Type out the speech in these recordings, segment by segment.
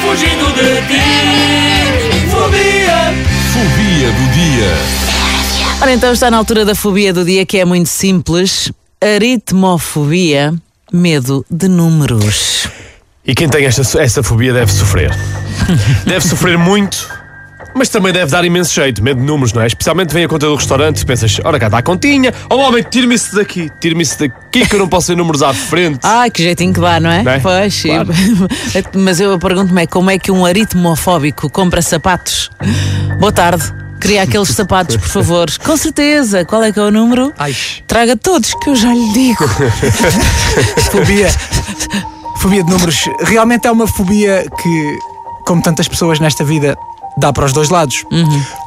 fugindo de ti. Fobia. Fobia do dia. Ora então está na altura da fobia do dia que é muito simples: aritmofobia, medo de números. E quem tem esta, esta fobia deve sofrer. deve sofrer muito, mas também deve dar imenso jeito, medo de números, não é? Especialmente vem a conta do restaurante e pensas, ora cá está a continha, ó homem, tira-me isso daqui, tira-me isso daqui que eu não posso ter números à frente. Ai, que jeitinho que dá, não é? Não é? Pois. Claro. Mas eu pergunto-me é como é que um aritmofóbico compra sapatos? Boa tarde. Queria aqueles sapatos, por favor. Com certeza. Qual é que é o número? Ai, Traga todos, que eu já lhe digo. fobia. fobia de números. Realmente é uma fobia que, como tantas pessoas nesta vida, dá para os dois lados.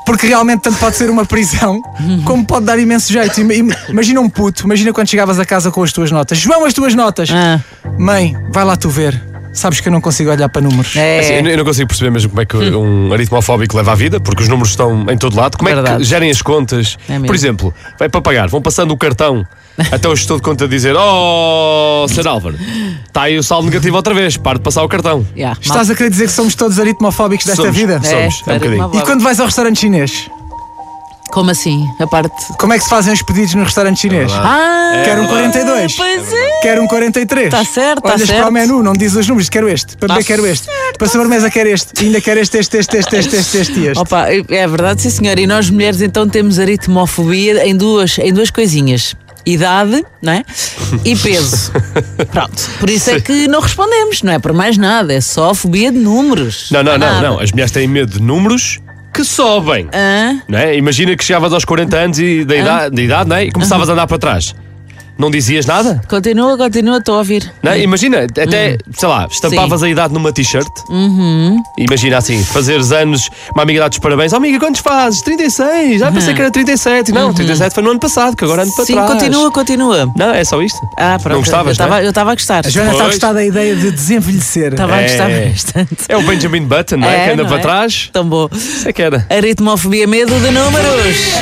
Porque realmente tanto pode ser uma prisão, como pode dar imenso jeito. Ima- ima- Imagina um puto, imagina quando chegavas a casa com as tuas notas. João, as tuas notas. Ah, Mãe, vai lá tu ver. Sabes que eu não consigo olhar para números. é. Hum. Assim, eu não- eu não consigo perceber mesmo como é que um aritmofóbico leva a vida, porque os números estão em todo lado. Como é que Verdade. gerem as contas? É mesmo. Por exemplo, vai para pagar, vão passando o cartão até o gestor de conta dizer: Oh, Sr. Álvaro, está aí o saldo negativo outra vez, para de passar o cartão. Yeah, Estás a querer dizer que somos todos aritmofóbicos desta Somos- vida? somos. É, é um bocadinho. E quando vais ao restaurante chinês, Como assim? A parte. como é que se fazem os pedidos no restaurante chinês? Ah! Quero um 42. Pois é! Quero um 43. Tá certo, tá Olhas para certo. o menu, não diz os números, quero este. Para beber, Tá quero este. Para sobremesa, quero este. E ainda quero este, este, este, este, este, este, este, e este. Opa, é verdade, sim senhora. E nós mulheres então temos aritmofobia em duas, em duas coisinhas. Idade, não é? E peso. Pronto. Por isso é que não respondemos, não é por mais nada, é só fobia de números. Não, não, não, Nada. não. As mulheres têm medo de números que sobem. Hã? Não é? Imagina que chegavas aos 40 anos e Ah. da idade, de idade não é? e começavas a andar para trás. Não dizias nada? Continua, continua, estou a ouvir. Não é? Imagina, até, Hum. sei lá, estampavas a idade numa t-shirt. Uhum. Imagina assim, fazeres anos, uma amiga dá-te os parabéns. Oh, amiga, quantos fazes? 36. Ah, pensei que era 37. Não, 37 foi no ano passado, que agora ando para Uhum. Sim, trás. continua, continua. Não, é só isto. Ah, pronto. Não gostavas, eu estava não é? eu estava a gostar. A Joana Estava está a Pois. gostar da ideia de desenvelhecer. a É. gostar bastante. É o Benjamin Button, não é? que anda não para trás. Tão bom. Isso é que era. Aritmofobia, medo de números.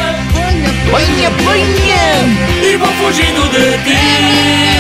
E vou fugindo de ti.